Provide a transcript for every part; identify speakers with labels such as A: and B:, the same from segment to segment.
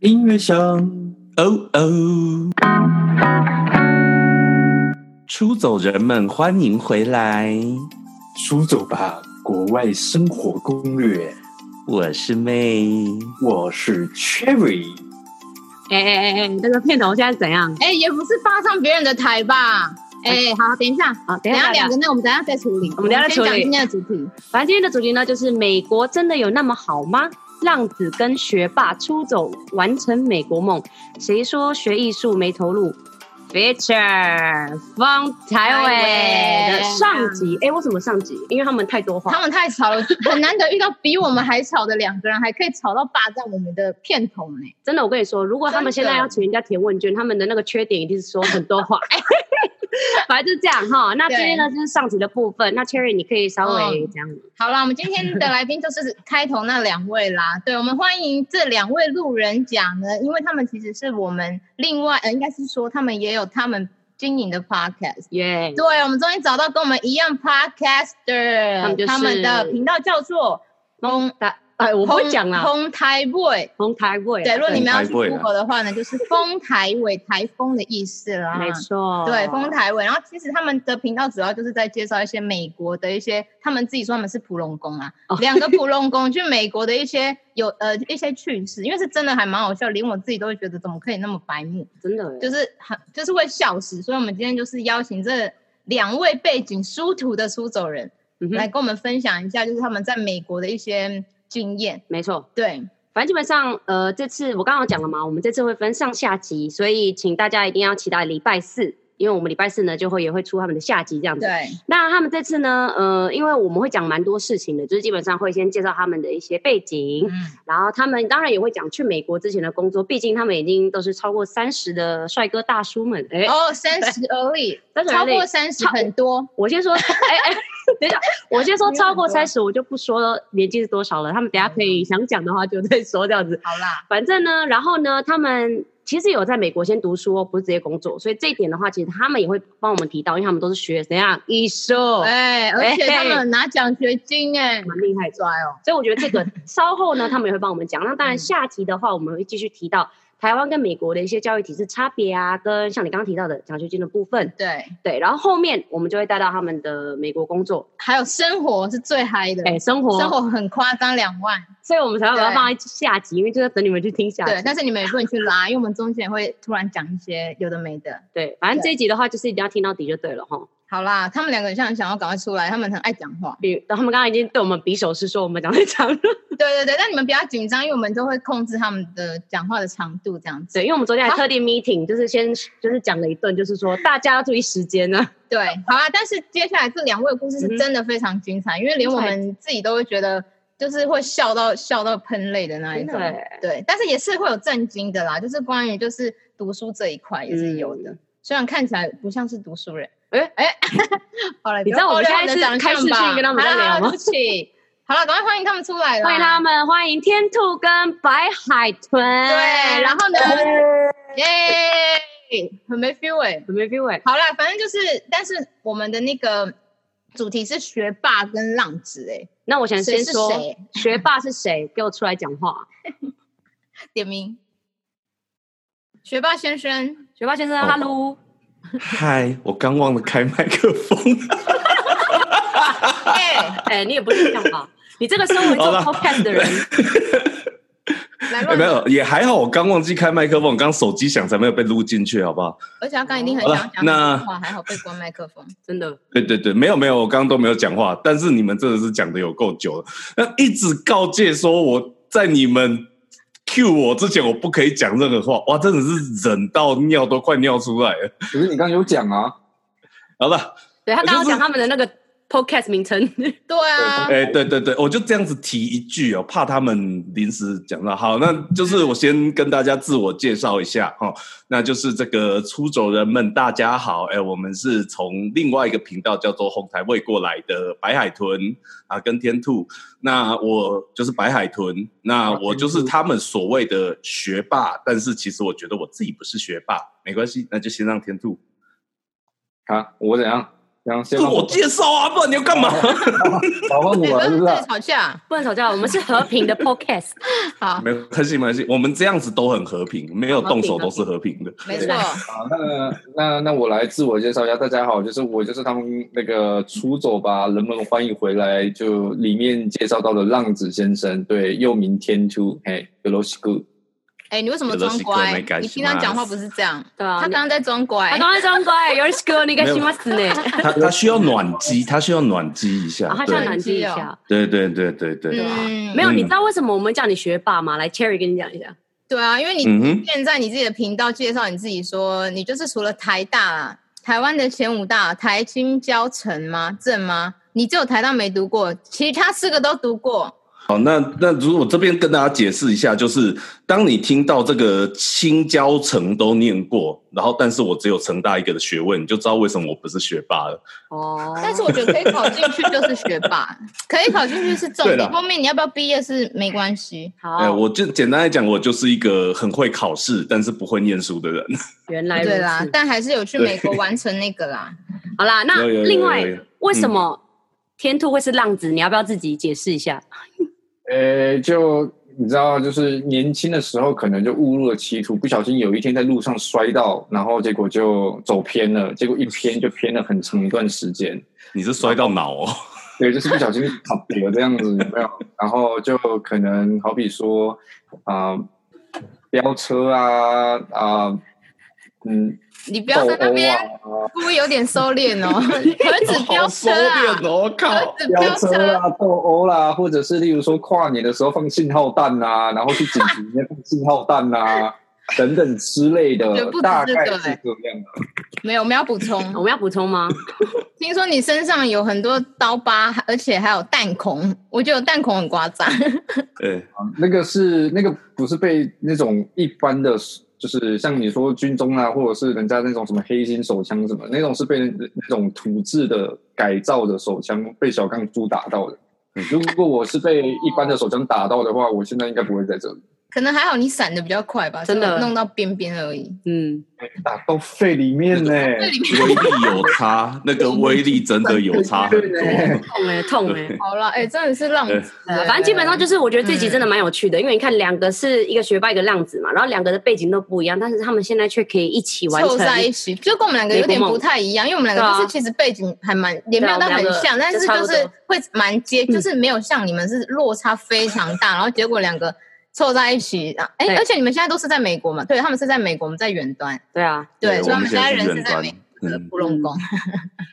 A: 音乐响，哦哦！出走人们，欢迎回来！
B: 出走吧，国外生活攻略。
A: 我是妹，
B: 我是 Cherry。
C: 哎哎哎哎，你这个片头现在怎样？
D: 哎、也不是霸上别人的台吧？哎、好，等一下，
C: 好，等
D: 等
C: 一
D: 一
C: 下
D: 下
C: 两
D: 两
C: 个
D: 个，那我们等一下再处理。
C: 我们等一下再
D: 先
C: 处理
D: 讲今天的主题。
C: 反正今天的主题呢，就是美国真的有那么好吗？浪子跟学霸出走，完成美国梦。谁说学艺术没投入？Feature 方台伟的上集，哎、为什么上集？因为他们太多话
D: 他。们太吵了， 很难得遇到比我们还吵的两个人，还可以吵到霸占我们的片头呢。
C: 真的，我跟你说，如果他们现
D: 真的
C: 在要请人家填问卷，他们的那个缺点一定是说很多 话。反正就是这样哈。那今天呢，就是上集的部分。那 Cherry，你可以稍微
D: 嗯
C: 这样。
D: 好啦，我们今天的来宾就是开头那两位啦。对，我们欢迎这两位路人甲呢，因为他们其实是我们另外，呃，应该是说他们也有他们经营的 podcast。
C: 耶、
D: 对，我们终于找到跟我们一样 podcaster，
C: 他们就是
D: 的频道叫做
C: 蒙台，哎，我不会讲啦，
D: 红台 boy。
C: 红台味啊。
D: 对，如果你们要去
A: 台 boy 啦
D: Google 的话呢，就是风台尾台风的意思啦。
C: 没错，
D: 对，丰台尾。然后其实他们的频道主要就是在介绍一些美国的一些，他们自己说他们是普龙宫啊
C: 哦，
D: 两、个普龙宫去美国的一些有呃一些趣事，因为是真的还蛮好笑，连我自己都会觉得怎么可以那么白目，
C: 真的
D: 就是是很就是会笑死。所以我们今天就是邀请这两位背景殊途的出走人、
C: 嗯
D: 来跟我们分享一下，就是他们在美国的一些经验。
C: 没错。
D: 对，
C: 反正基本上，呃，这次我刚刚讲了嘛，我们这次会分上下集，所以请大家一定要期待礼拜四，因为我们礼拜四呢就会也会出他们的下集这样子。
D: 对，
C: 那他们这次呢，呃，因为我们会讲蛮多事情的，就是基本上会先介绍他们的一些背景，
D: 嗯，
C: 然后他们当然也会讲去美国之前的工作，毕竟他们已经都是超过三十的帅哥大叔们。哎、
D: 哦，三十而立，
C: 30
D: 超
C: 而立
D: 过三十
C: 超
D: 很多。
C: 我 先说，哎哎、等一下，我先说
D: 没有
C: 超
D: 很
C: 过
D: 多
C: 三十我就不说年纪是多少了，他们等一下可以想讲的话就再说这样子。
D: 哦好啦，
C: 反正呢，然后呢，他们其实有在美国先读书哦，不是直接工作，所以这一点的话，其实他们也会帮我们提到，因为他们都是学怎样艺术，
D: 哎、而且他
C: 哎
D: 们有拿奖学金哎、
C: 蛮厉害的。
D: 拽哦，
C: 所以我觉得 这个稍后呢，他们也会帮我们讲。那当然，
D: 嗯
C: 下集的话，我们会继续提到台湾跟美国的一些教育体制差别啊，跟像你刚刚提到的奖学金的部分，
D: 对，
C: 对。然后后面我们就会带到他们的美国工作，
D: 还有生活是最嗨的，
C: 哎、生活，
D: 生活很夸张，两万，
C: 所以我们才会把它
D: 对
C: 放在下集，因为就是要等你们去听下
D: 对，
C: 集。
D: 但是你们也不能去拉，因为我们中间会突然讲一些有的没的。
C: 对，反正这一集的话，就是一定要听到底就对了哈。。
D: 好啦，他们两个像想要赶快出来，他们很爱讲话
C: 比如他们刚刚已经对我们比手势说我们讲太长了，
D: 对对对，但你们不要紧张，因为我们都会控制他们的讲话的长度，这样子
C: 对，。因为我们昨天还特地 meeting，、就是先就是讲了一顿，就是说大家要注意时间啊呢、
D: 对，好啦，但是接下来这两位的故事
C: 嗯哼
D: 是真的非常精彩，因为连我们自己都会觉得，就是会笑到笑到喷泪的那一
C: 真的
D: 种。
C: 欸
D: 对，但是也是会有震惊的啦，就是关于就是读书这一块也是有的，
C: 嗯
D: 虽然看起来不像是读书人。
C: 哎
D: 哎， 好了，
C: 你知道我们现在是开视讯跟他们在聊吗
D: 好啦好啦对不起，好了，赶快欢迎他们出来啦，
C: 欢迎他。们，欢迎天兔跟白海豚。
D: 对，然后呢？耶，很没 feel 哎、
C: 有没有 viewer？
D: 好啦，反正就是，但是我们的那个主题是学霸跟浪子哎、
C: 那我想
D: 谁
C: 先
D: 是
C: 说，
D: 谁
C: 学霸是谁？给我出来讲话。
D: 点名。学霸先生，
C: 学霸先生
A: 哦
C: 哈喽，
A: 嗨，我刚忘了开麦克风。
D: 哎、
C: 哎，你也不是这样 吧？你这个身为做
A: 好吧
C: podcast 的人，
D: 来
A: 哎
D: 乱
A: 没，有，也还好，我刚忘记开麦克风，我刚手机响才没有被录进去，好不好？
D: 而且他刚一定很
A: 好
D: 想
A: 了
D: 要讲
A: 那
D: 这句话，还好被关麦克风。
C: 真的
A: 对对对，没有没有，我刚刚都没有讲话，但是你们真的是讲的有够久了，那一直告诫说我在你们 cue 我之前我不可以讲任何话，哇，真的是忍到尿都快尿出来了。
B: 可是你刚刚有讲啊，
A: 好了，
C: 对他刚刚
A: 就是
C: 讲他们的那个 podcast 名称，
D: 对啊，
A: 哎、对对对，我就这样子提一句哦，怕他们临时讲到。好，那就是我先跟大家自我介绍一下哦，那就是这个出走人们，大家好，哎、我们是从另外一个频道叫做红台喂过来的白海豚啊，跟天兔。那我就是白海豚，那
B: 哦
A: 我就是他们所谓的学霸，但是其实我觉得我自己不是学霸，没关系，那就先让天兔。
B: 啊，我怎样？然后先
A: 自
B: 让
A: 我介绍啊，不然你要干嘛？
B: 老问
D: 对，
B: 我
D: 不
B: 是啊
D: 用
B: 吧
D: 再？吵架。
C: 不能吵架，我们是和平 的 podcast。
D: 好，
A: 没有关系，没关系，我们这样子都很和平，没有动手都是和平的。
D: 没错
B: 对，好，那那那我来自我介绍一下，大家好，就是我就是他们那个出走吧，人们欢迎回来，就里面介绍到的浪子先生，对，又名天突，嘿，有罗西古，
D: 哎，你为什么
A: 有的
D: 装
A: 是哥
D: 乖
A: 没感？
D: 你
A: 情
D: 平常
A: 嘛
D: 讲话不是这样。
C: 对啊，
D: 他刚刚在装
C: 他
D: 乖，嗯
C: 刚才中乖，有人哥，你该心吗死呢？
A: 他他需要暖 机，他需要暖机一下
D: 哦
C: 啊，他，想
A: 对
C: 暖机一下。
A: 对对对对对，
D: 嗯，
C: 没有，
A: 嗯
C: 你知道为什么我们叫你学霸吗？来，Cherry 跟你讲一下。
D: 对啊，因为你
A: 嗯哼，
D: 现在你自己的频道介绍你自己说，你就是除了台大、啊、台湾的前五大、台青交城吗？政吗？你只有台大没读过，其他四个都读过。
A: 好，那那如果这边跟大家解释一下，就是当你听到这个青椒城都念过，然后但是我只有成大一个的学位，你就知道为什么我不是学霸了。
C: 哦，
D: 但是我觉得可以考进去就是学霸，可以考进去是重
A: 对
D: 点
A: 啦，
D: 后面你要不要毕业是没关系。
A: 哎、
C: 好，
A: 我就简单来讲，我就是一个很会考试，但是不会念书的人。
C: 原来如
D: 对啦
C: 此，。
D: 但还是有去美国完成那个啦。
C: 好啦，那
A: 有有有嗯
C: 另外
A: 有有
C: 为什么天兔会是浪子？你要不要自己解释一下？
B: 呃，就你知道，就是年轻的时候可能就误入了歧途，不小心有一天在路上摔到，然后结果就走偏了，结果一偏就偏了很长一段时间。
A: 你是摔到脑哦？
B: 对，就是不小心卡别了这样子，有没有？然后就可能好比说啊、飙车啊啊、嗯，
D: 你不
B: 斗
D: 要在那
B: 殴
D: 边
B: 啊，
D: 故意有点收敛哦，何止 飙车啊，
A: 哦！我靠
D: 何！止
B: 飙
D: 飙
B: 车
D: 车，
B: 啊，斗殴啦、或者是例如说跨年的时候放信号弹啊，然后去警局里面放信号弹啊，等等之类
D: 对
B: 的
D: 不，止
B: 大
D: 这
B: 概
D: 个
B: 是这
D: 欸
B: 样的。
D: 没有，我们要补充。
C: 我们要补充 吗？
D: 听说你身上有很多刀疤，而且还有弹孔，我觉得有弹孔很夸张。 呃
A: 哎、
B: 那个是那个不是被那种一般的，就是像你说军中啊，或者是人家那种什么黑心手枪什么，那种是被那种土制的改造的手枪被小钢珠打到的
A: 嗯。
B: 如果我是被一般的手枪打到的话，我现在应该不会在这里
D: 可能还好你闪的比较快吧，
C: 真的
D: 就弄到边边而已。
C: 嗯，
B: 打到肺里面呢、
D: 这里面
A: 威力有差，那个威力真的有差很多。
C: 痛哎、痛 哎、
A: 对
D: 好了，哎、真的是浪子。欸
C: 呃反正基本上就是，我觉得这集真的蛮有
D: 嗯
C: 趣的，因为你看，两个是一个学霸，一个浪子嘛，然后两个的背景都不一样，但是他们现在却可以一起完
D: 凑
C: 成。
D: 在一起，就跟我们两个有
C: 美
D: 点
C: 国梦
D: 不太一样，因为我们两个
C: 对啊
D: 就是其实背景还蛮也没有
C: 对
D: 到
C: 啊我们
D: 很
C: 两个
D: 像，但是
C: 就差不
D: 就
C: 多嗯
D: 是会蛮接，就是没有像你们是落差非常大，然后结果两个凑在一起，啊哎、
C: 对
D: 而且你们现在都是在美国嘛，对他们是在美国，我们在远端，
C: 对啊，
D: 对，所以
A: 我
D: 他
A: 们
D: 现在
A: 在
D: 人
A: 是
D: 是
A: 远
D: 在
A: 端
D: 美。国的
A: 嗯，
D: 布隆宫。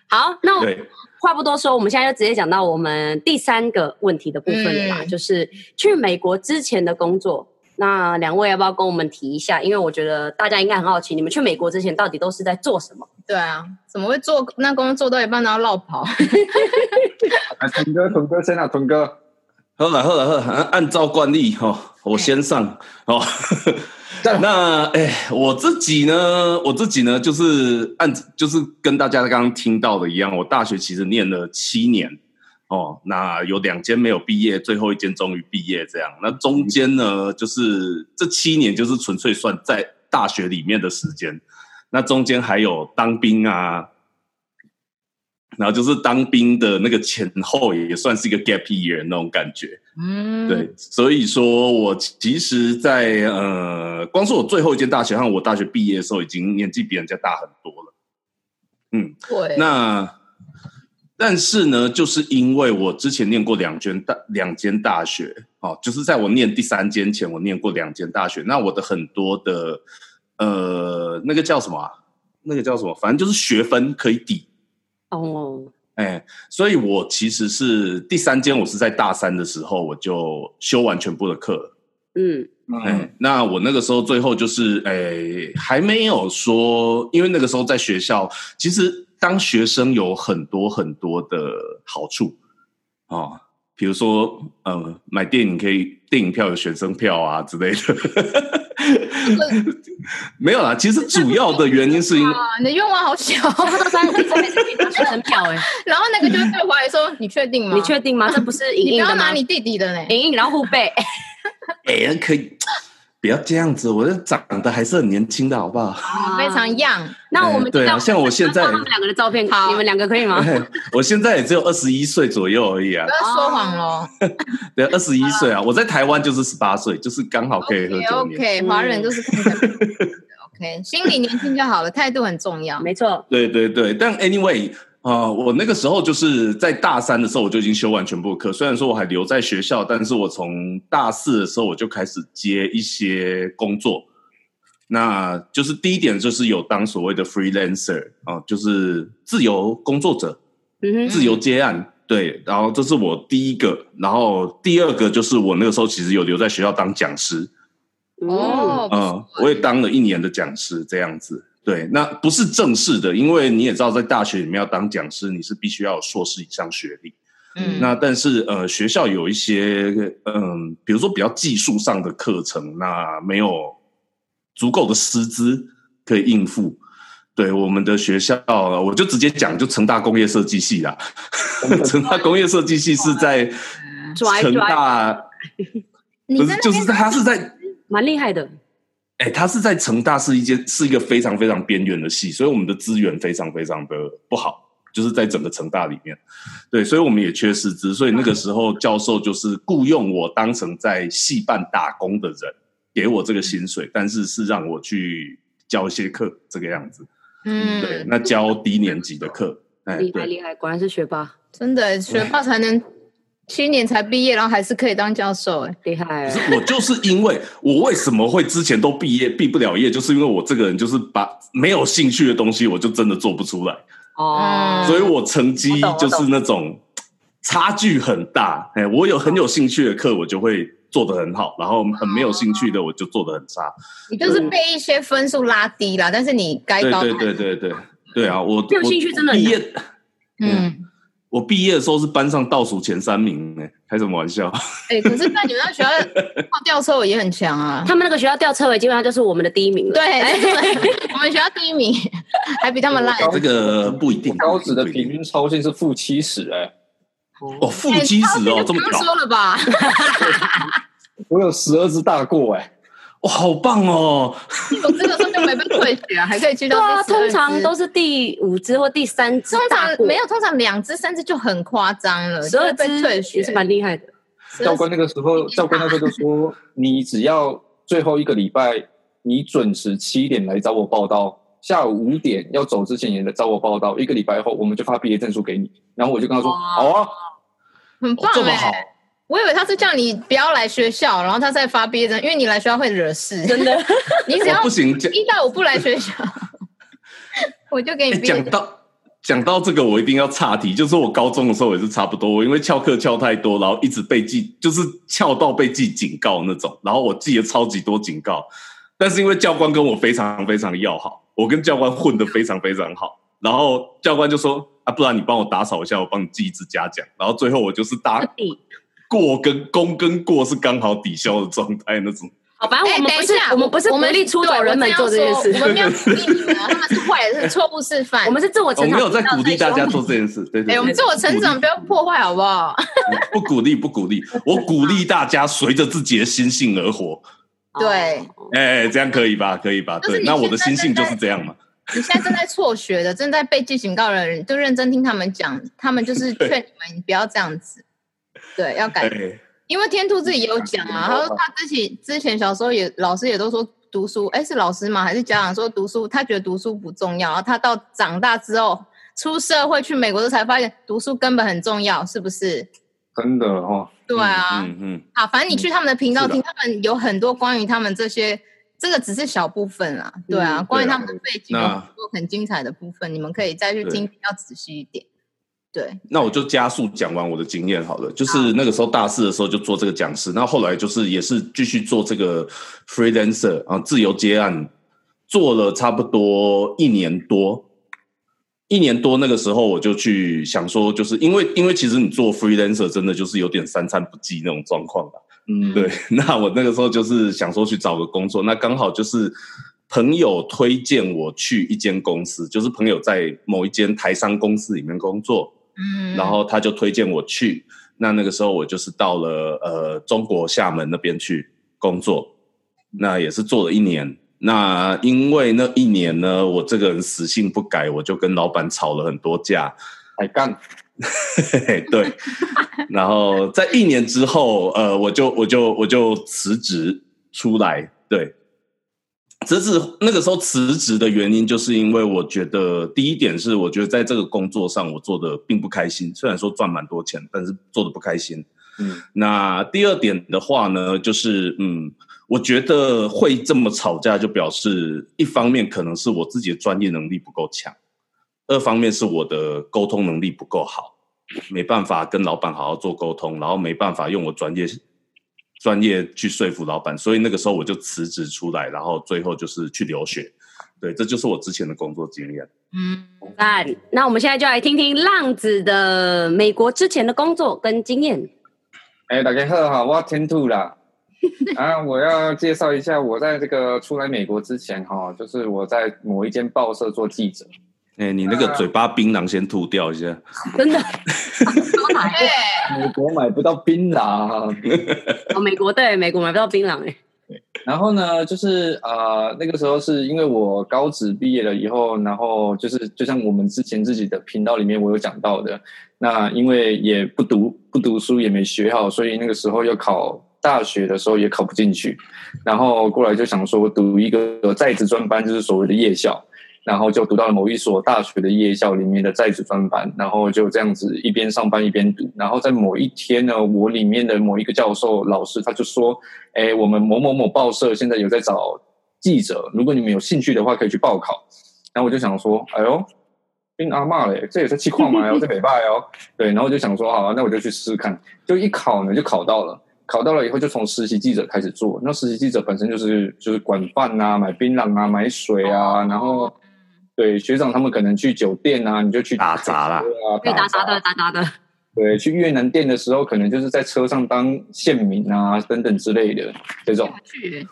C: 好，那我
A: 对，
C: 话不多说，我们现在就直接讲到我们第三个问题的部分了啦，
D: 嗯
C: 就是去美国之前的工作。那两位要不要跟我们提一下？因为我觉得大家应该很好奇，你们去美国之前到底都是在做什么？
D: 对啊，怎么会做那工作做到一半然后落跑？
B: 啊，屯哥，屯哥先啊，屯哥，
A: 好了好了好了，按按照惯例哈、哦，我先上哦。那哎，我自己呢，我自己呢，就是按就是跟大家刚刚听到的一样，我大学其实念了七年哦，那有两间没有毕业，最后一间终于毕业这样。那中间呢，就是这七年就是纯粹算在大学里面的时间，那中间还有当兵啊。然后就是当兵的那个前后也算是一个 gap year 那种感觉，
D: 嗯，
A: 对，所以说我其实在，呃，光是我最后一间大学和我大学毕业的时候，已经年纪比人家大很多了。嗯，
D: 对，啊
A: 那但是呢，就是因为我之前念过两间大两间大学，哦，就是在我念第三间前，我念过两间大学。那我的很多的呃，那个叫什么、啊？那个叫什么？反正就是学分可以抵
C: 哦，
A: 哎，所以我其实是第三间，我是在大三的时候我就修完全部的课了。
C: 嗯，
B: 嗯
A: 哎，那我那个时候最后就是，哎，还没有说，因为那个时候在学校，其实当学生有很多很多的好处哦，比如说，呃，买电影可以电影票有学生票啊之类的。 没有啦，其实主要的原因是因为
D: 啊，你的愿望好小。
C: 他到三第三辈子可以拿学生票哎、
D: 然后那个就会对怀疑说：“你确定 吗？
C: 你确定吗？这不是哎
D: 你
C: 影
D: 不
C: 印
D: 要
C: 的吗
D: 拿？你弟弟的呢？
C: 影印然后护背，
A: 哎、可以，不要这样子，我这长得还是很年轻的，好不好？
C: 啊
D: 非常 young。
C: 那我
A: 哎
C: 们
A: 对啊，
C: 就
A: 像我现在
C: 放，他们两个的照片，
D: 好
C: 你们两个可 以吗？
A: 哎我现在也只有二十一岁左右而已啊
D: 不。要说谎
C: 哦
D: 喽。
A: 对，二十一岁啊，我在台湾就是十八岁，就是刚好可以喝酒年。
D: OK，华人就是看起来 OK，心理年轻就好了，态度很重要。
C: 没错，
A: 对对对，但 anyway。啊、我那个时候就是在大三的时候，我就已经修完全部的课。虽然说我还留在学校，但是我从大四的时候我就开始接一些工作。那就是第一点，就是有当所谓的 freelancer 啊、就是自由工作者。
C: 嗯哼，
A: 自由接案，对，然后这是我第一个，然后第二个就是我那个时候其实有留在学校当讲师，
C: 哦，
D: 哦，
A: 嗯，我也当了一年的讲师这样子，对，那不是正式的，因为你也知道，在大学里面要当讲师，你是必须要有硕士以上学历，
D: 嗯，
A: 那但是呃，学校有一些嗯、比如说比较技术上的课程，那没有足够的师资可以应付。对我们的学校，呃我就直接讲，就成大工业设计系啦。 成大工业设计系是在
C: 嗯拽
A: 成
C: 拽，
A: 大，
D: 你
A: 不
D: 真
A: 是
D: 的
A: 就是他是在
C: 蛮厉害的。
A: 哎、它是在成大是一间是一个非常非常边缘的系，所以我们的资源非常非常的不好，就是在整个成大里面，对，所以我们也缺师资，所以那个时候教授就是雇佣我当成在系办打工的人，给我这个薪水，但是是让我去教一些课这个样子，对，
D: 嗯，
A: 那教低年级的课，哎、
C: 厉害
A: 对，
C: 厉害，果然是学霸，
D: 真的学霸才能七年才毕业，然后还是可以当教授，哎，
C: 厉害
A: 可。是我就是因为我为什么会之前都毕业毕不了业，就是因为我这个人就是把没有兴趣的东西，我就真的做不出来。
C: 哦，
A: 所以我成绩就是那种差距很大。哎，我有很有兴趣的课，我就会做得很好，然后很没有兴趣的，我就做得很差。
D: 你就是被一些分数拉低啦，但是你该
A: 对
D: 高
A: 对对对对对啊！我
C: 没有兴趣真的
A: 我
C: 很
A: 毕
C: 难
A: 业，
D: 嗯，
A: 我毕业的时候是班上倒数前三名呢、开什么玩笑？
D: 哎，可是在你们那 学校靠吊车尾也很强啊。
C: 他们那哎个学校吊车尾基本上就是我们的第一名了。
D: 对，就是我们学校第一名，还比他们烂。
B: 高
A: 这个哎不一定。啊
B: 高职的
A: 不一定
B: 平均超线是负七十哎，
A: 哦，负
D: 哎
A: 七十哦，这么
D: 刚
A: 高
D: 说 了吧？
B: 我有十二只大过哎、
A: 哇，好棒哦！
D: 我这个时候就没被退学啊，还可以去
C: 对
D: 到
C: 啊，
D: 第十二
C: 通常
D: 支
C: 都是第五只或第三只
D: 通
C: 大过，
D: 常没有，通常两只三只就很夸张了，
C: 十二
D: 就会被退
C: 只
D: 学
C: 也是蛮厉害的。
B: 教官那个时候，教官那时候就说，你只要最后一个礼拜，你准时七点来找我报到，下午五点要走之前也来找我报到，一个礼拜后我们就发毕业证书给你。然后我就跟他说，
C: 哇
B: 好啊，
D: 很
A: 哦
D: 棒
A: 这么
D: 哎、
A: 好，
D: 我以为他是叫你不要来学校，然后他再发毕业证，因为你来学校会惹事。
C: 真 的，
D: 你只
A: 哇哦
D: 要
A: 不行，这
D: 一到五不来学 校，我就给
A: 欸
D: 你毕业
A: 讲
D: 证。
A: 到讲到这个，我一定要岔题，就是我高中的时候也是差不多，我因为翘课翘太多，然后一直被记，就是翘到被记警告那种，然后我记了超级多警告，但是因为教官跟我非常非常要好，我跟教官混得非常非常好，然后教官就说啊，不然你帮我打扫一下，我帮你记一次嘉奖，然后最后我就是打
C: 底
A: 过跟功跟过是刚好抵消的状态那种，
C: 好，反正我
D: 哎
C: 们
D: 等
C: 不
D: 一
C: 是
D: 下，
C: 我们不是鼓励出走人们做这件
D: 对我
C: 事，
D: 这样说我们没有鼓励你们，他们是坏人，是错误示范。
C: 我们是自我
A: 哦我
C: 成
A: 没
C: 长。
A: 有在鼓励大家做这件事，对对
D: 哎、
A: 对，
D: 我们自我成长，不要破坏好 不好？
A: 不鼓励，不鼓励，我鼓励大家随着自己的心性而活。
D: 对
C: 哦，
A: 哎、这样可以吧？可以吧？
D: 嗯就是
A: 对，
D: 你
A: 那我的
D: 现
A: 心性就
D: 在在
A: 是这样嘛。
D: 你现在正在辍学的，正在被记警告的人，就认真听他们讲，他们就是劝你们不要这样子，对，要改
A: 哎、
D: 变。因为天兔自己也有讲 啊，他说他自己之前小时候也老师也都说读书，哎，是老师吗？还是家长说读书？他觉得读书不重要，然后他到长大之后出社会去美国之后才发现读书根本很重要，是不是？
B: 真的哦，
D: 对啊，
A: 嗯嗯
D: 啊，反正你去他们的频道
A: 是的
D: 听，他们有很多关于他们这些，这个只是小部分啦，对啊，
C: 嗯
D: 关于
A: 对啊
D: 他们的背景有
A: 那
D: 很多很精彩的部分，你们可以再去听比较仔细一点。对，
A: 那我就加速讲完我的经验好了。就是那个时候大四的时候就做这个讲师，那后来就是也是继续做这个 freelancer 啊，自由接案，做了差不多一年多。一年多那个时候，我就去想说，就是因为因为其实你做 freelancer 真的就是有点三餐不继那种状况吧。
B: 嗯，
A: 对， 那我那个时候就是想说去找个工作，那刚好就是朋友推荐我去一间公司，就是朋友在某一间台商公司里面工作，
D: 嗯，
A: 然后他就推荐我去。那那个时候我就是到了呃中国厦门那边去工作，那也是做了一年。那因为那一年呢，我这个人死性不改，我就跟老板吵了很多架。
B: 还干
A: 嘿嘿， 对。然后在一年之后，呃，我就我就我就辞职出来。对，辞职那个时候辞职的原因，就是因为我觉得第一点是，我觉得在这个工作上我做的并不开心，虽然说赚蛮多钱，但是做的不开心。
B: 嗯，
A: 那第二点的话呢，就是嗯，我觉得会这么吵架，就表示一方面可能是我自己的专业能力不够强，二方面是我的沟通能力不够好，没办法跟老板好好做沟通，然后没办法用我专业专业去说服老板，所以那个时候我就辞职出来，然后最后就是去留学。对，这就是我之前的工作经验。
D: 嗯，
C: 赞。那我们现在就来听听浪子的美国之前的工作跟经验。
B: 哎、大家好哈，我天兔啦。啊，我要介绍一下，我在这个出来美国之前哈，就是我在某一间报社做记者。
A: 哎，你那个嘴巴槟榔先吐掉一下。
C: 真的，
D: 对，
B: 美国买不到槟榔，啊
C: 哦，美国对美国买不到槟榔哎、
B: 然后呢，就是呃，那个时候是因为我高职毕业了以后，然后就是就像我们之前自己的频道里面我有讲到的，那因为也不读不读书也没学好，所以那个时候要考大学的时候也考不进去，然后过来就想说读一个在职专班，就是所谓的夜校。然后就读到了某一所大学的夜校里面的在职专班，然后就这样子一边上班一边读。然后在某一天呢，我里面的某一个教授老师他就说：“哎，我们某某某报社现在有在找记者，如果你们有兴趣的话，可以去报考。”然后我就想说：“哎呦，兵阿骂嘞，这也是气矿嘛，哦，这北拜哦。” 对，然后我就想说：“好、啊，那我就去试试看。”就一考呢，就考到了。考到了以后，就从实习记者开始做。那实习记者本身就是就是管饭啊、买槟榔啊、买水啊，然后对学长他们可能去酒店啊，你就去
A: 打杂啦
B: 对啊，
C: 对，打
B: 打
C: 打的打打的，
B: 对，去越南店的时候，可能就是在车上当县民啊等等之类的这种。
D: 去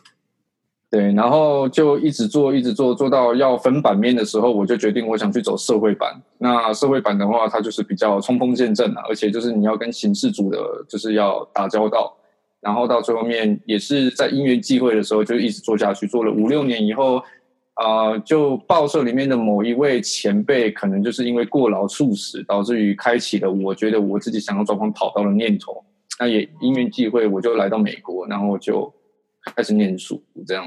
B: 对，然后就一直做，一直做，做到要分版面的时候，我就决定我想去走社会版。那社会版的话，它就是比较冲锋陷阵啊，而且就是你要跟刑事组的，就是要打交道。然后到最后面也是在因缘际会的时候，就一直做下去，做了五六年以后，啊、就报社里面的某一位前辈，可能就是因为过劳猝死，导致于开启了我觉得我自己想要转换跑道的念头。那也因缘际会，我就来到美国，然后就开始念书这样。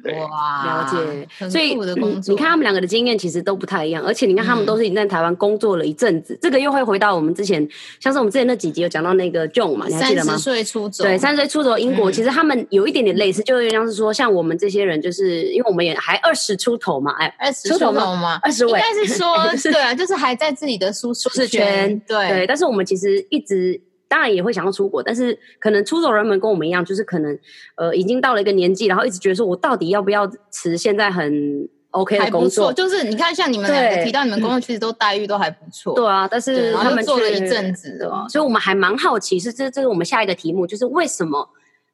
B: 对
D: 哇，
C: 了解。
D: 啊很
C: 所以
D: 酷的
C: 你
D: 工作，
C: 你看他们两个的经验其实都不太一样，而且你看他们
D: 嗯
C: 都是已经在台湾工作了一阵子，这个又会回到我们之前，像是我们之前那几集有讲到那个 John 嘛，你还记
D: 三
C: 得吗
D: 十？岁出走，
C: 对，三十岁出走英国，
D: 嗯
C: 其实他们有一点点类似，就有点像是说，像我们这些人，就是因为我们也还二十出头嘛，哎，
D: 二十
C: 出头
D: 出头
C: 吗
D: 吗？
C: 二十
D: 应
C: 尾，，
D: 该是说
C: 就是
D: 对啊，就是还在自己的舒适
C: 舒适圈对，
D: 对，
C: 但是我们其实一直。当然也会想要出国，但是可能出走人们跟我们一样，就是可能呃已经到了一个年纪，然后一直觉得说我到底要不要辞现在很 OK 的
D: 还
C: 工
D: 不
C: 作
D: 错。，就是你看，像你们两
C: 对嗯
D: 个提到你们工作，其实都待遇都还不错，
C: 对啊，但
D: 对，
C: 是
D: 然
C: 他
D: 后
C: 们
D: 又做了
C: 却
D: 一阵子哦。
C: 所以我们还蛮好奇，是这这是我们下一个题目，就是为什么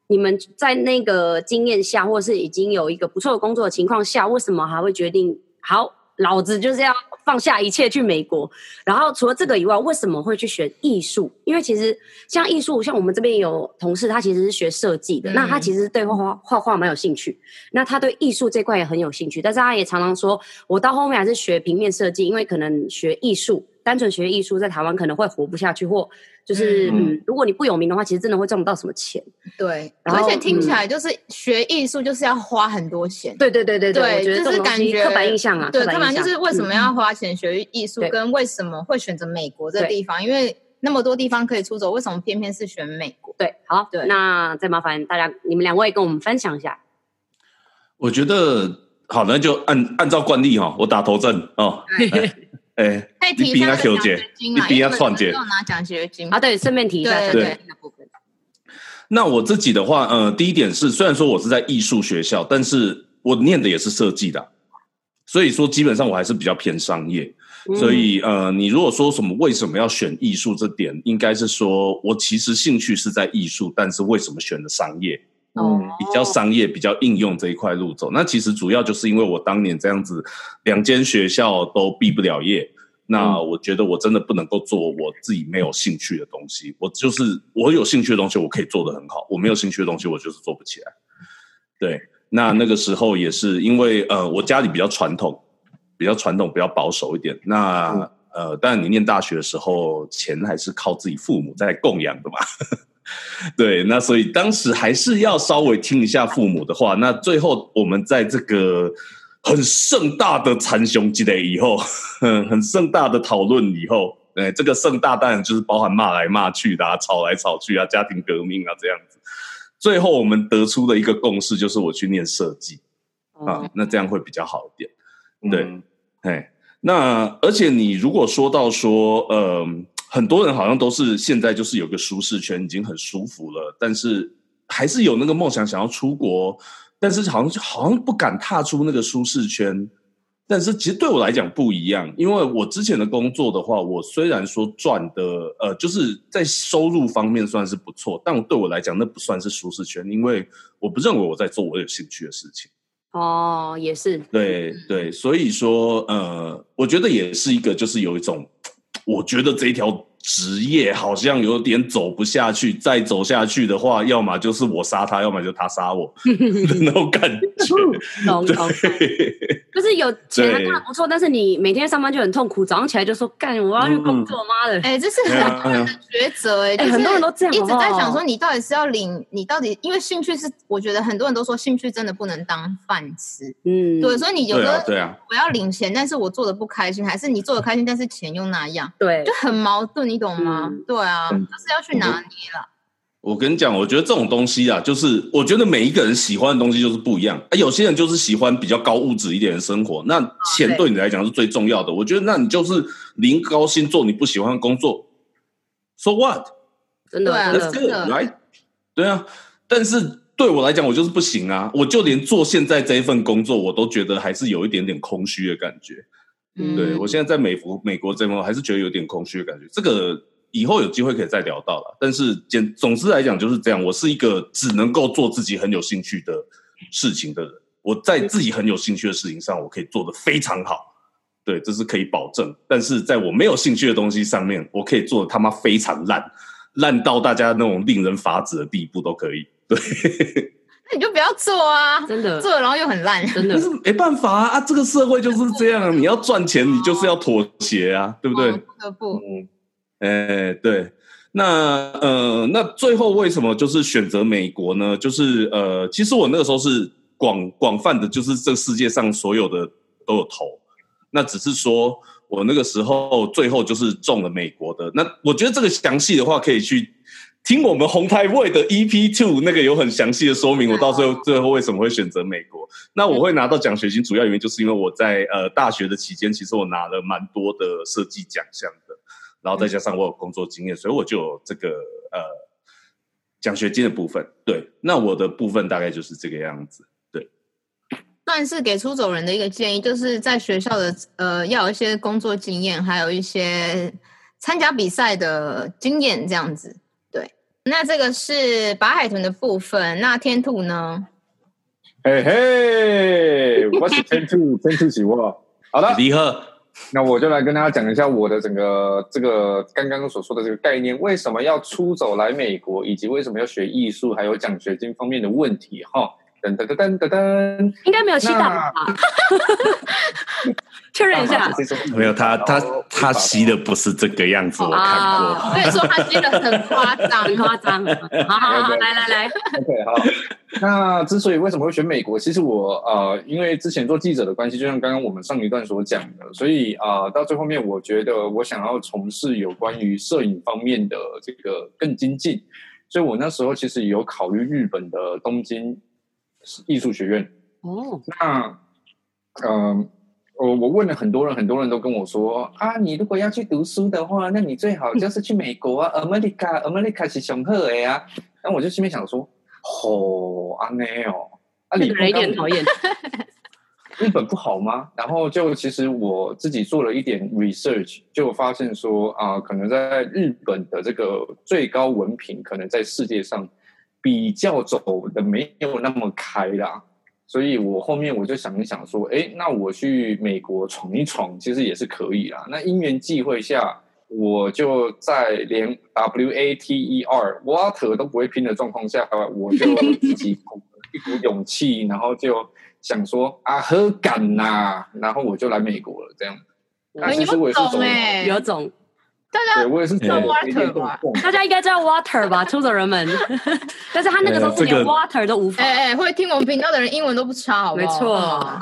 C: 你们在那个经验下，或是已经有一个不错的工作的情况下，为什么还会决定好老子就是要放下一切去美国？然后除了这个以外，为什么会去选艺术？因为其实像艺术，像我们这边有同事，他其实是学设计的，
D: 嗯
C: 那他其实对画画画画蛮有兴趣，那他对艺术这块也很有兴趣，但是他也常常说，我到后面还是学平面设计，因为可能学艺术，单纯学艺术在台湾可能会活不下去，或就是嗯
B: 嗯
C: 如果你不有名的话，其实真的会赚不到什么钱。
D: 对，
C: 然
D: 而
C: 后嗯
D: 且听起来就是学艺术就是要花很多钱。
C: 对对对对
D: 对
C: 我觉得这
D: 就是
C: 种东西
D: 感觉
C: 刻板印象啊，
D: 对，
C: 刻
D: 看
C: 板
D: 完
C: 印
D: 就
C: 象
D: 是为什么要花钱学艺术
C: 对，
D: 跟为什么会选择美国这地方？因为那么多地方可以出走，为什么偏偏是选美国？
C: 对好，
D: 对
C: 那再麻烦大家你们两位跟我们分享一下。
A: 我觉得好，那就按按照惯例哈、哦，我打头阵哦。哎、
D: 可以
A: 你
D: 提一
A: 比
D: 下
A: 他
D: 这个
A: 小姐
D: 奖学金啊，
A: 你比他
D: 因为
A: 创姐
D: 我们没有拿奖学金
C: 啊，对，顺便提一下
D: 对
C: 对
A: 对
C: 对嗯的部分。
A: 那我自己的话，呃，第一点是，虽然说我是在艺术学校，但是我念的也是设计的啊，所以说基本上我还是比较偏商业。
C: 嗯
A: 所以呃，你如果说什么为什么要选艺术这点，应该是说我其实兴趣是在艺术，但是为什么选的商业？
C: 哦
B: 嗯，
A: 比较商业、比较应用这一块路走。那其实主要就是因为我当年这样子，两间学校都毕不了业。那我觉得我真的不能够做我自己没有兴趣的东西。我就是我有兴趣的东西，我可以做得很好；我没有兴趣的东西，我就是做不起来。对，那那个时候也是因为呃，我家里比较传统，比较传统，比较保守一点。那、呃，当然你念大学的时候，钱还是靠自己父母在供养的嘛。对，那所以当时还是要稍微听一下父母的话。那最后我们在这个很盛大的禅雄积累以后，很很盛大的讨论以后，哎，这个盛大当然就是包含骂来骂去的、啊、吵来吵去啊、家庭革命啊这样子。最后我们得出的一个共识就是，我去念设计
C: 哦
A: 啊，那这样会比较好一点。对
B: 嗯
A: 哎，那而且你如果说到说，呃，很多人好像都是现在就是有个舒适圈，已经很舒服了，但是还是有那个梦想想要出国，但是好像就好像不敢踏出那个舒适圈。但是其实对我来讲不一样，因为我之前的工作的话，我虽然说赚的呃，就是在收入方面算是不错，但对我来讲那不算是舒适圈，因为我不认为我在做我有兴趣的事情。
C: 哦，也是，
A: 对对，所以说呃，我觉得也是一个，就是有一种，我觉得这一条职业好像有点走不下去，再走下去的话，要么就是我杀他，要么就他杀 我的那种感觉。
C: 懂懂。
A: 对
C: 就是有钱
A: 对
C: 当然不错，但是你每天上班就很痛苦，早上起来就说干，我要去工
A: 嗯
C: 作，妈的！
D: 哎、这是
A: 对
D: 很
A: 啊
D: 多人的抉择哎、
C: 哎
D: 就是
C: 很多人都这样哦
D: 一直
C: 好
D: 在
C: 不好
D: 想说你到底是要领，你到底因为兴趣是，我觉得很多人都说兴趣真的不能当饭吃，
C: 嗯，
D: 对，所以 你有
A: 对啊
D: 的
A: 对啊，
D: 我要领钱，但是我做的不开心，还是你做的开心，但是钱又那样，
C: 对
D: 就，很矛盾，你懂吗？
C: 嗯
D: 对啊，
B: 嗯
D: 就是要去拿捏了。
A: 我跟你讲，我觉得这种东西啊，就是我觉得每一个人喜欢的东西就是不一样。啊，有些人就是喜欢比较高物质一点的生活，那钱
D: 哦对
A: 对你来讲是最重要的。我觉得那你就是零高薪做你不喜欢的工作，so what？
C: 真的
D: 对啊
C: 真
A: That's
C: 的，
A: good,
D: 真的
A: right？对啊，但是对我来讲，我就是不行啊！我就连做现在这一份工作，我都觉得还是有一点点空虚的感觉。
C: 嗯
A: 对我现在在美国，美国这边，我还是觉得有点空虚的感觉。这个以后有机会可以再聊到了。但是简总之来讲就是这样，我是一个只能够做自己很有兴趣的事情的人。我在自己很有兴趣的事情上，我可以做得非常好。对，这是可以保证。但是在我没有兴趣的东西上面，我可以做的他妈非常烂，烂到大家那种令人发指的地步都可以。对，
D: 那你就不要做啊，
C: 真的
D: 做了然后又很烂。
C: 真
A: 但是
C: 的，
A: 没办法啊，啊这个社会就是这样啊。你要赚钱，你就是要妥协啊，对不对？
D: 哦 不得不，
B: 嗯，
A: 哎，对，那呃，那最后为什么就是选择美国呢？就是呃，其实我那个时候是广广泛的，就是这世界上所有的都有投，那只是说我那个时候最后就是中了美国的。那我觉得这个详细的话可以去。听我们红太卫的 EP Two 那个有很详细的说明，我到最后最后为什么会选择美国？那我会拿到奖学金，主要原因就是因为我在呃大学的期间，其实我拿了蛮多的设计奖项的，然
D: 嗯
A: 后再加上我有工作经验，所以我就有这个呃奖学金的部分。对，那我的部分大概就是这个样子。
D: 算是给出走人的一个建议，就是在学校的呃要有一些工作经验，还有一些参加比赛的经验这样子。对，那这个是白海豚的部分，那天兔呢？
B: 嘿嘿， 我是 Ten Two Ten Two 起我。好了，
A: 离贺，
B: 那我就来跟大家讲一下我的整个这个刚刚所说的这个概念，为什么要出走来美国，以及为什么要学艺术，还有奖学金方面的问题哈。噔噔噔噔噔噔，
C: 应该没有吸打吧？ 确认一下，
A: 没有他，他他吸的不是这个样子，我
D: 哦
A: 看过。
C: 啊
D: 我跟你说，他真的很夸张
C: 很。夸张，好好好，来来来，
B: OK，好。那之所以为什么会选美国，其实我呃，因为之前做记者的关系，就像刚刚我们上一段所讲的，所以啊、呃到最后面，我觉得我想要从事有关于摄影方面的这个更精进，所以我那时候其实有考虑日本的东京艺术学院。
C: 哦，
B: 那嗯。我我问了很多人，很多人都跟我说啊，你如果要去读书的话，那你最好就是去美国啊，America，America 是雄鹤的呀。然后我就心里面想说，吼，安内哦，啊，
C: 这
B: 你
C: 个人有点讨厌，
B: 日本不好吗？然后就其实我自己做了一点 research，就发现说啊、可能在日本的这个最高文凭，可能在世界上比较走的没有那么开啦。所以我后面我就想一想说，哎，那我去美国闯一闯，其实也是可以啦。那因缘际会下，我就在连 W A T E R water 都不会拼的状况下，我就自己 Google 一股勇气，然后就想说啊，喝敢呐、然后我就来美国了，这样。啊，
D: 哎你
B: 其实
D: 不
B: 我也是
D: 懂
B: 走，
D: 哎、啊
C: 有种，
D: 大
B: 对
D: 家
B: 我也是走
A: 哎
B: 有一点点
D: 哎
B: 动。
C: 大家应该知道 water 吧，出走人们。 但是他那个时候是
A: 呃这
C: 连
A: 个
C: water 都无法，
D: 哎哎、会听我们频道的人英文都不差，好不
C: 没
D: 好？
C: 错，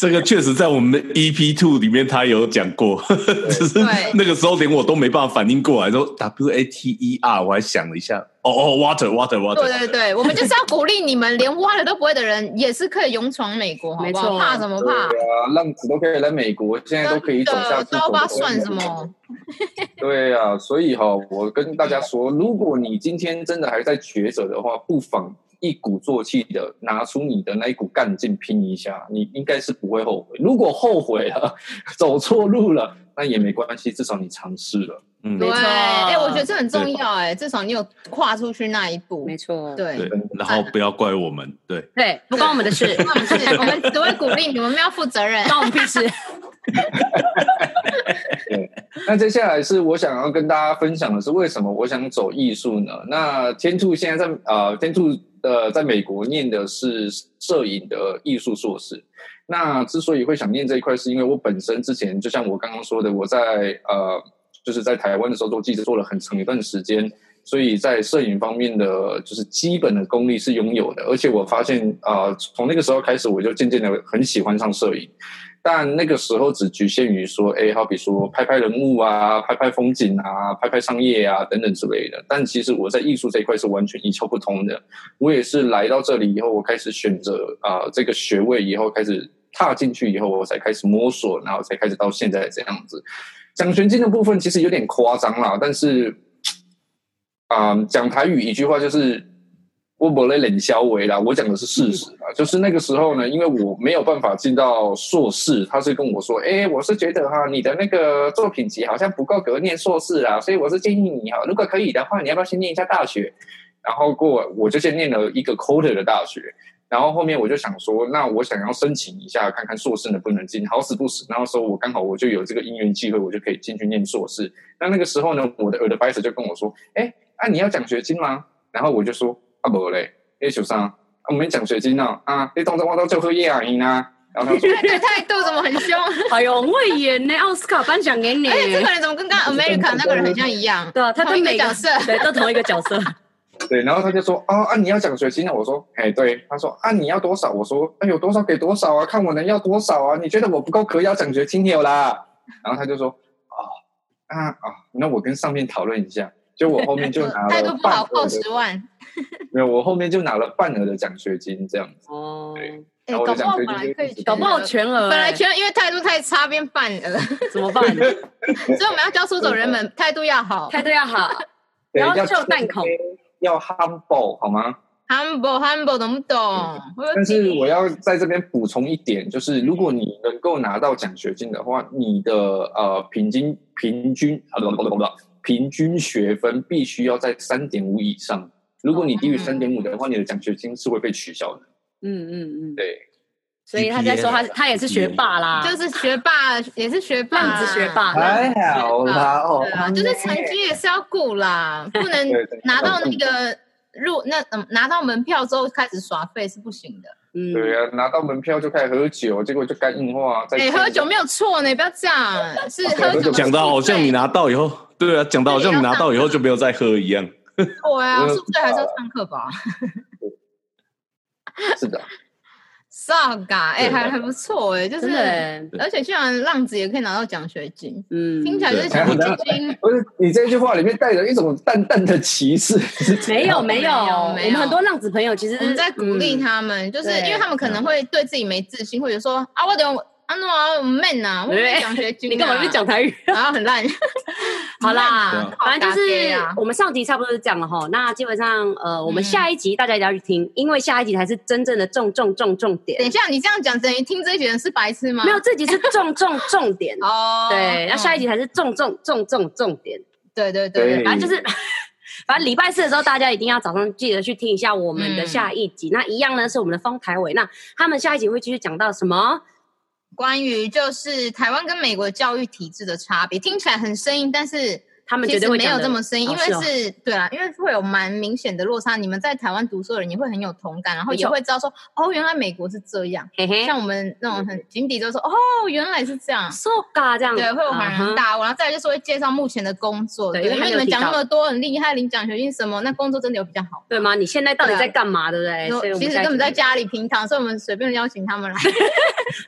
A: 这个确实在我们的 EP Two 里面他有讲过，只是
D: 对
A: 那个时候连我都没办法反应过来，说 W A T E R，我还想了一下，哦哦，water water
D: 对
A: water，
D: 对对，我们就是要鼓励你们，连挖了都不会的人也是可以勇闯美国，好
C: 没
D: 不
C: 错
D: 好？怕什么
B: 对
D: 怕？
B: 啊，浪子都可以来美国，现在都可以走下
D: 真的
B: 去。
D: 都不知道算什么。
B: 对啊，所以哈、我跟大家说，如果你今天真的还在抉择的话，不妨一鼓作气的拿出你的那一股干劲拼一下，你应该是不会后悔。如果后悔了， 走错路了，那也没关系，至少你尝试了。
A: 嗯
C: 没
D: 对，
C: 错
D: 哎、我觉得这很重要、哎，至少你有跨出去那一步。
C: 没错，
D: 对，
A: 对，然后不要怪我们，对，
C: 对，不关我们 的事，
D: 那我们是，我们只会鼓励你们，我们要负责任。
C: 关我们屁事。
B: 那接下来是我想要跟大家分享的是，为什么我想走艺术呢？那天兔现在在呃，天兔呃，在美国念的是摄影的艺术硕士。那之所以会想念这一块，是因为我本身之前就像我刚刚说的，我在呃，就是在台湾的时候做记者做了很长一段时间，所以在摄影方面的就是基本的功力是拥有的。而且我发现，呃，从那个时候开始，我就渐渐的很喜欢上摄影。但那个时候只局限于说，哎，好比说拍拍人物啊，拍拍风景啊，拍拍商业啊等等之类的。但其实我在艺术这一块是完全一窍不通的。我也是来到这里以后，我开始选择啊、呃这个学位以后，开始踏进去以后，我才开始摸索，然后才开始到现在这样子。奖学金的部分其实有点夸张啦，但是啊、讲台语一句话就是“我不勒冷消为啦”，我讲的是事实啊。就是那个时候呢，因为我没有办法进到硕士，他是跟我说：“哎、我是觉得哈，你的那个作品集好像不够格念硕士啊，所以我是建议你哈，如果可以的话，你要不要先念一下大学？”然后过我就先念了一个 quarter 的大学。然后后面我就想说，那我想要申请一下，看看硕士能不能进。好死不死，那时候我刚好我就有这个因缘机会，我就可以进去念硕士。那那个时候呢，我的 advisor 就跟我说：“哎，啊你要奖学金吗？”然后我就说：“啊不嘞，哎小三，啊我没奖学金呢、啊，啊你当着我到就喝夜啊，赢啊。”然后他 说
D: 对对，态度怎么很凶？
C: 哎呦，很会演呢，奥斯卡颁奖给你
D: 而。且哎这个人怎么跟刚刚 America 那个人很像一样？
C: 对啊，他
D: 同
C: 跟
D: 一个
C: 每
D: 角色。
C: 对都同一个角色，
B: 对，然后他就说：“哦啊，你要奖学金啊？”我说：“哎，对。”他说：“啊，你要多少？”我说：“啊，有多少给多少啊，看我能要多少啊？你觉得我不够格要奖学金有啦？”然后他就说：“哦，啊啊，那我跟上面讨论一下。”就我后面 就 拿
D: 态
B: 了
D: 度不
B: 半
D: 好，
B: 额
D: 扣
B: 的，
D: 十万。
B: 没有，我后面就拿了半额的奖学金这样子。
C: 哦，
D: 哎、
B: 然后我
D: 搞不
B: 就讲
D: 好
B: 最
D: 本
B: 近
D: 来可以
B: 就，
C: 搞不好全额
D: 本来
C: 欸，
D: 全因为态度太差变半 额，
C: 怎么 办？
D: 所以我们要教出走人们态度要好
C: 态度要好，
B: 对
C: 然后
B: 要
C: 就蛋孔，
B: 要 humble 好吗？
D: ，humble humble 懂不懂？我 有
B: 但是
D: 点
B: 我要在这边补充一点，就是如果你能够拿到奖学金的话，你的呃平均平均啊不不不不不平均学分必须要在三点五以上。如果你低于
D: 哦
B: 三点五的话，你的奖学金是会被取消的。
C: 嗯嗯嗯，
B: 对，
C: 所以他在说他
A: GPA
C: 他也是学霸啦，啊
D: 就是学霸，也是学霸，啊
C: 浪子学霸，
B: 哎好啦哦
D: 对啊，就是成绩也是要顾啦，不能
B: 对对
D: 拿到那个入那嗯拿到门票之后开始耍废是不行的。
C: 嗯，
B: 对啊，拿到门票就开始喝酒，结果就肝硬化。再
D: 哎、喝酒没有错呢，不要这样，
A: 哦
D: 是喝酒
A: 讲到好像你
D: 宿
A: 拿到以后，对啊，讲到好像你拿到以后就没有再喝一样，
D: 醉对啊，宿醉还是要上课吧？
B: 是的，
D: 上嘎，哎、
A: 对
D: 还还不错哎、就是
C: 真的，欸，
D: 而且居然浪子也可以拿到奖学金，
C: 嗯，
D: 听起来就是
B: 对
D: 奖学金。
B: 不是你这句话里面带着一种淡淡的歧 视。是这
C: 没
B: 样
C: 有没有，
D: 没有
C: 我
D: 没
C: 们
D: 有
C: 很多浪子朋友其实
D: 我们在鼓励
C: 嗯
D: 他们，就是
C: 对嗯
D: 因为他们可能会对自己没自信，或者说啊，我等啊那啊我 man 呐，我没奖学金、啊，
C: 你干嘛在讲台语？
D: 然后很烂。
C: 好
A: 对
C: 啦
A: 啊，
C: 反正就是
D: 好打给啊
C: 我们上集差不多是这样了哈。那基本上呃，我们
D: 嗯
C: 下一集大家一定要去听，因为下一集才是真正的重重重重点
D: 等。一下，你这样讲等于听这一集的人是白痴吗？。
C: 没有，这集是重重重点
D: 哦，
C: 对，那下一
D: 集，
C: 集才是重重重重重点。
D: 对对对
B: 对
D: 对，
C: 反正就是，反正礼拜四的时候，大家一定要早上记得去听一下我们
A: 嗯
C: 的下一集。那一样呢是我们的方台伟，那他们下一集会继续讲到什么？
D: 关于就是台湾跟美国教育体制的差别，听起来很生硬，但是
C: 他们绝
D: 其
C: 对
D: 实
C: 会
D: 没
C: 讲
D: 有
C: 得
D: 这么深，因
C: 哦
D: 为
C: 哦
D: 是对啊啦，因为会有蛮明显的落差。你们在台湾读书的人，你会很有同感，然后
C: 没
D: 也
C: 错
D: 会知道说，哦，原来美国是这样。
C: 嘿嘿，
D: 像我们那种很井底就说，哦，原来是这样。
C: so ga 这样子，
D: 对，会有
C: 啊
D: 恍
C: 哈
D: 然大悟，然后再来就是会介绍目前的工作，
C: 对因
D: 对，
C: 为
D: 因
C: 他
D: 为你
C: 有
D: 们
C: 提
D: 讲那
C: 到
D: 么多很厉害，领奖学金什么，那工作真的有比较好。
C: 对吗？你现在到底
D: 对啊
C: 在干嘛，对不对？所以我们
D: 其实
C: 下一
D: 根本
C: 集
D: 在家里平常，所以我们随便邀请他们来。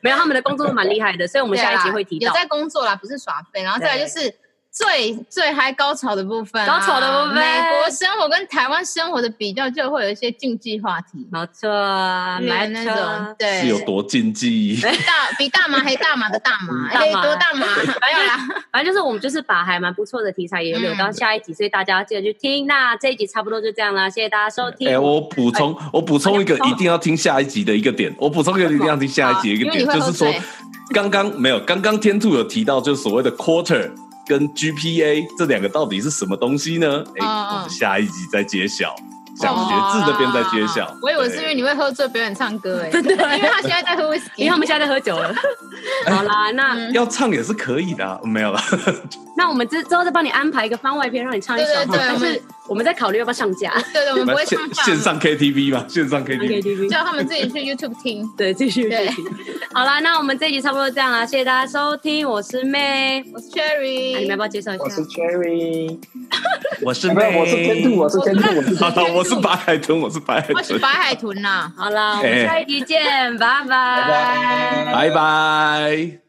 C: 没有他们的工作都蛮厉害的，所以我们
D: 对啦啊
C: 下一集会提
D: 有
C: 到
D: 在工作啦，不是耍废。然后
C: 对
D: 再来就是最最嗨高潮的部分啊、
C: 高潮的部分
D: 美国生活跟台湾生活的比较，就会有一些禁忌话题，
C: 没错，啊没
D: 那种
C: 错，
D: 对，
A: 是有多禁忌？
D: 大比大麻还大麻的大麻，
C: 大
D: 哎，
C: 麻
D: 多大 麻？没有啦，
C: 反正就是我们就是把还蛮不错的题材也留
D: 嗯
C: 到下一集，所以大家记得去听。那这一集差不多就这样啦，谢谢大家收听。
A: 哎、我补充，我补充一个
C: 哎你
A: 一定要听下一集的一个点，我补充一个一定要听下一集的一个
D: 因为你
A: 点，
D: 会
A: 就
D: 喝
A: 是说
D: 醉，
A: 刚刚没有，刚刚天兔有提到，就是所谓的 quarter 跟 GPA 这两个到底是什么东西呢？哎、
D: 嗯嗯哦
A: 我们下一集再揭晓，
C: 哦
A: 想学字这边再揭晓
D: 哦。我以为是因为你会喝醉表演唱歌， 哎，真的，因为他现在在喝威士忌，
C: 因为他们现在在喝酒了。 好啦，那
A: 对要唱也是可以的啊、没 有了。
C: 那我们之之后再帮你安排一个番外篇，让你唱一首
D: 对
C: 哈。
D: 对对
C: 但
D: 我
C: 是
D: 们
C: 我们在考虑要不要上 架。
D: 对对，我们不会
A: 线
D: 唱
A: 线上 KTV 嘛，线上 KTV。
C: KTV
D: 叫他们自己去 YouTube 听。
C: 对，继续
D: 对
C: 继续。好啦，那我们这一集差不多这样啦，谢谢大家收听，我是妹。
D: 我是
C: 那
D: Cherry，
C: 你们要不要介绍一
B: 我
C: 下
B: 是？Cherry，
A: 我是
B: 没有，我是天兔，我是天兔，我是
A: 好了，我是白海豚，我是白海
D: 我是
A: 豚，
D: 白海豚啦。
C: 好啦，我们
A: 哎
C: 下一集见，拜
B: 拜
C: 拜
B: 拜。
A: 拜拜。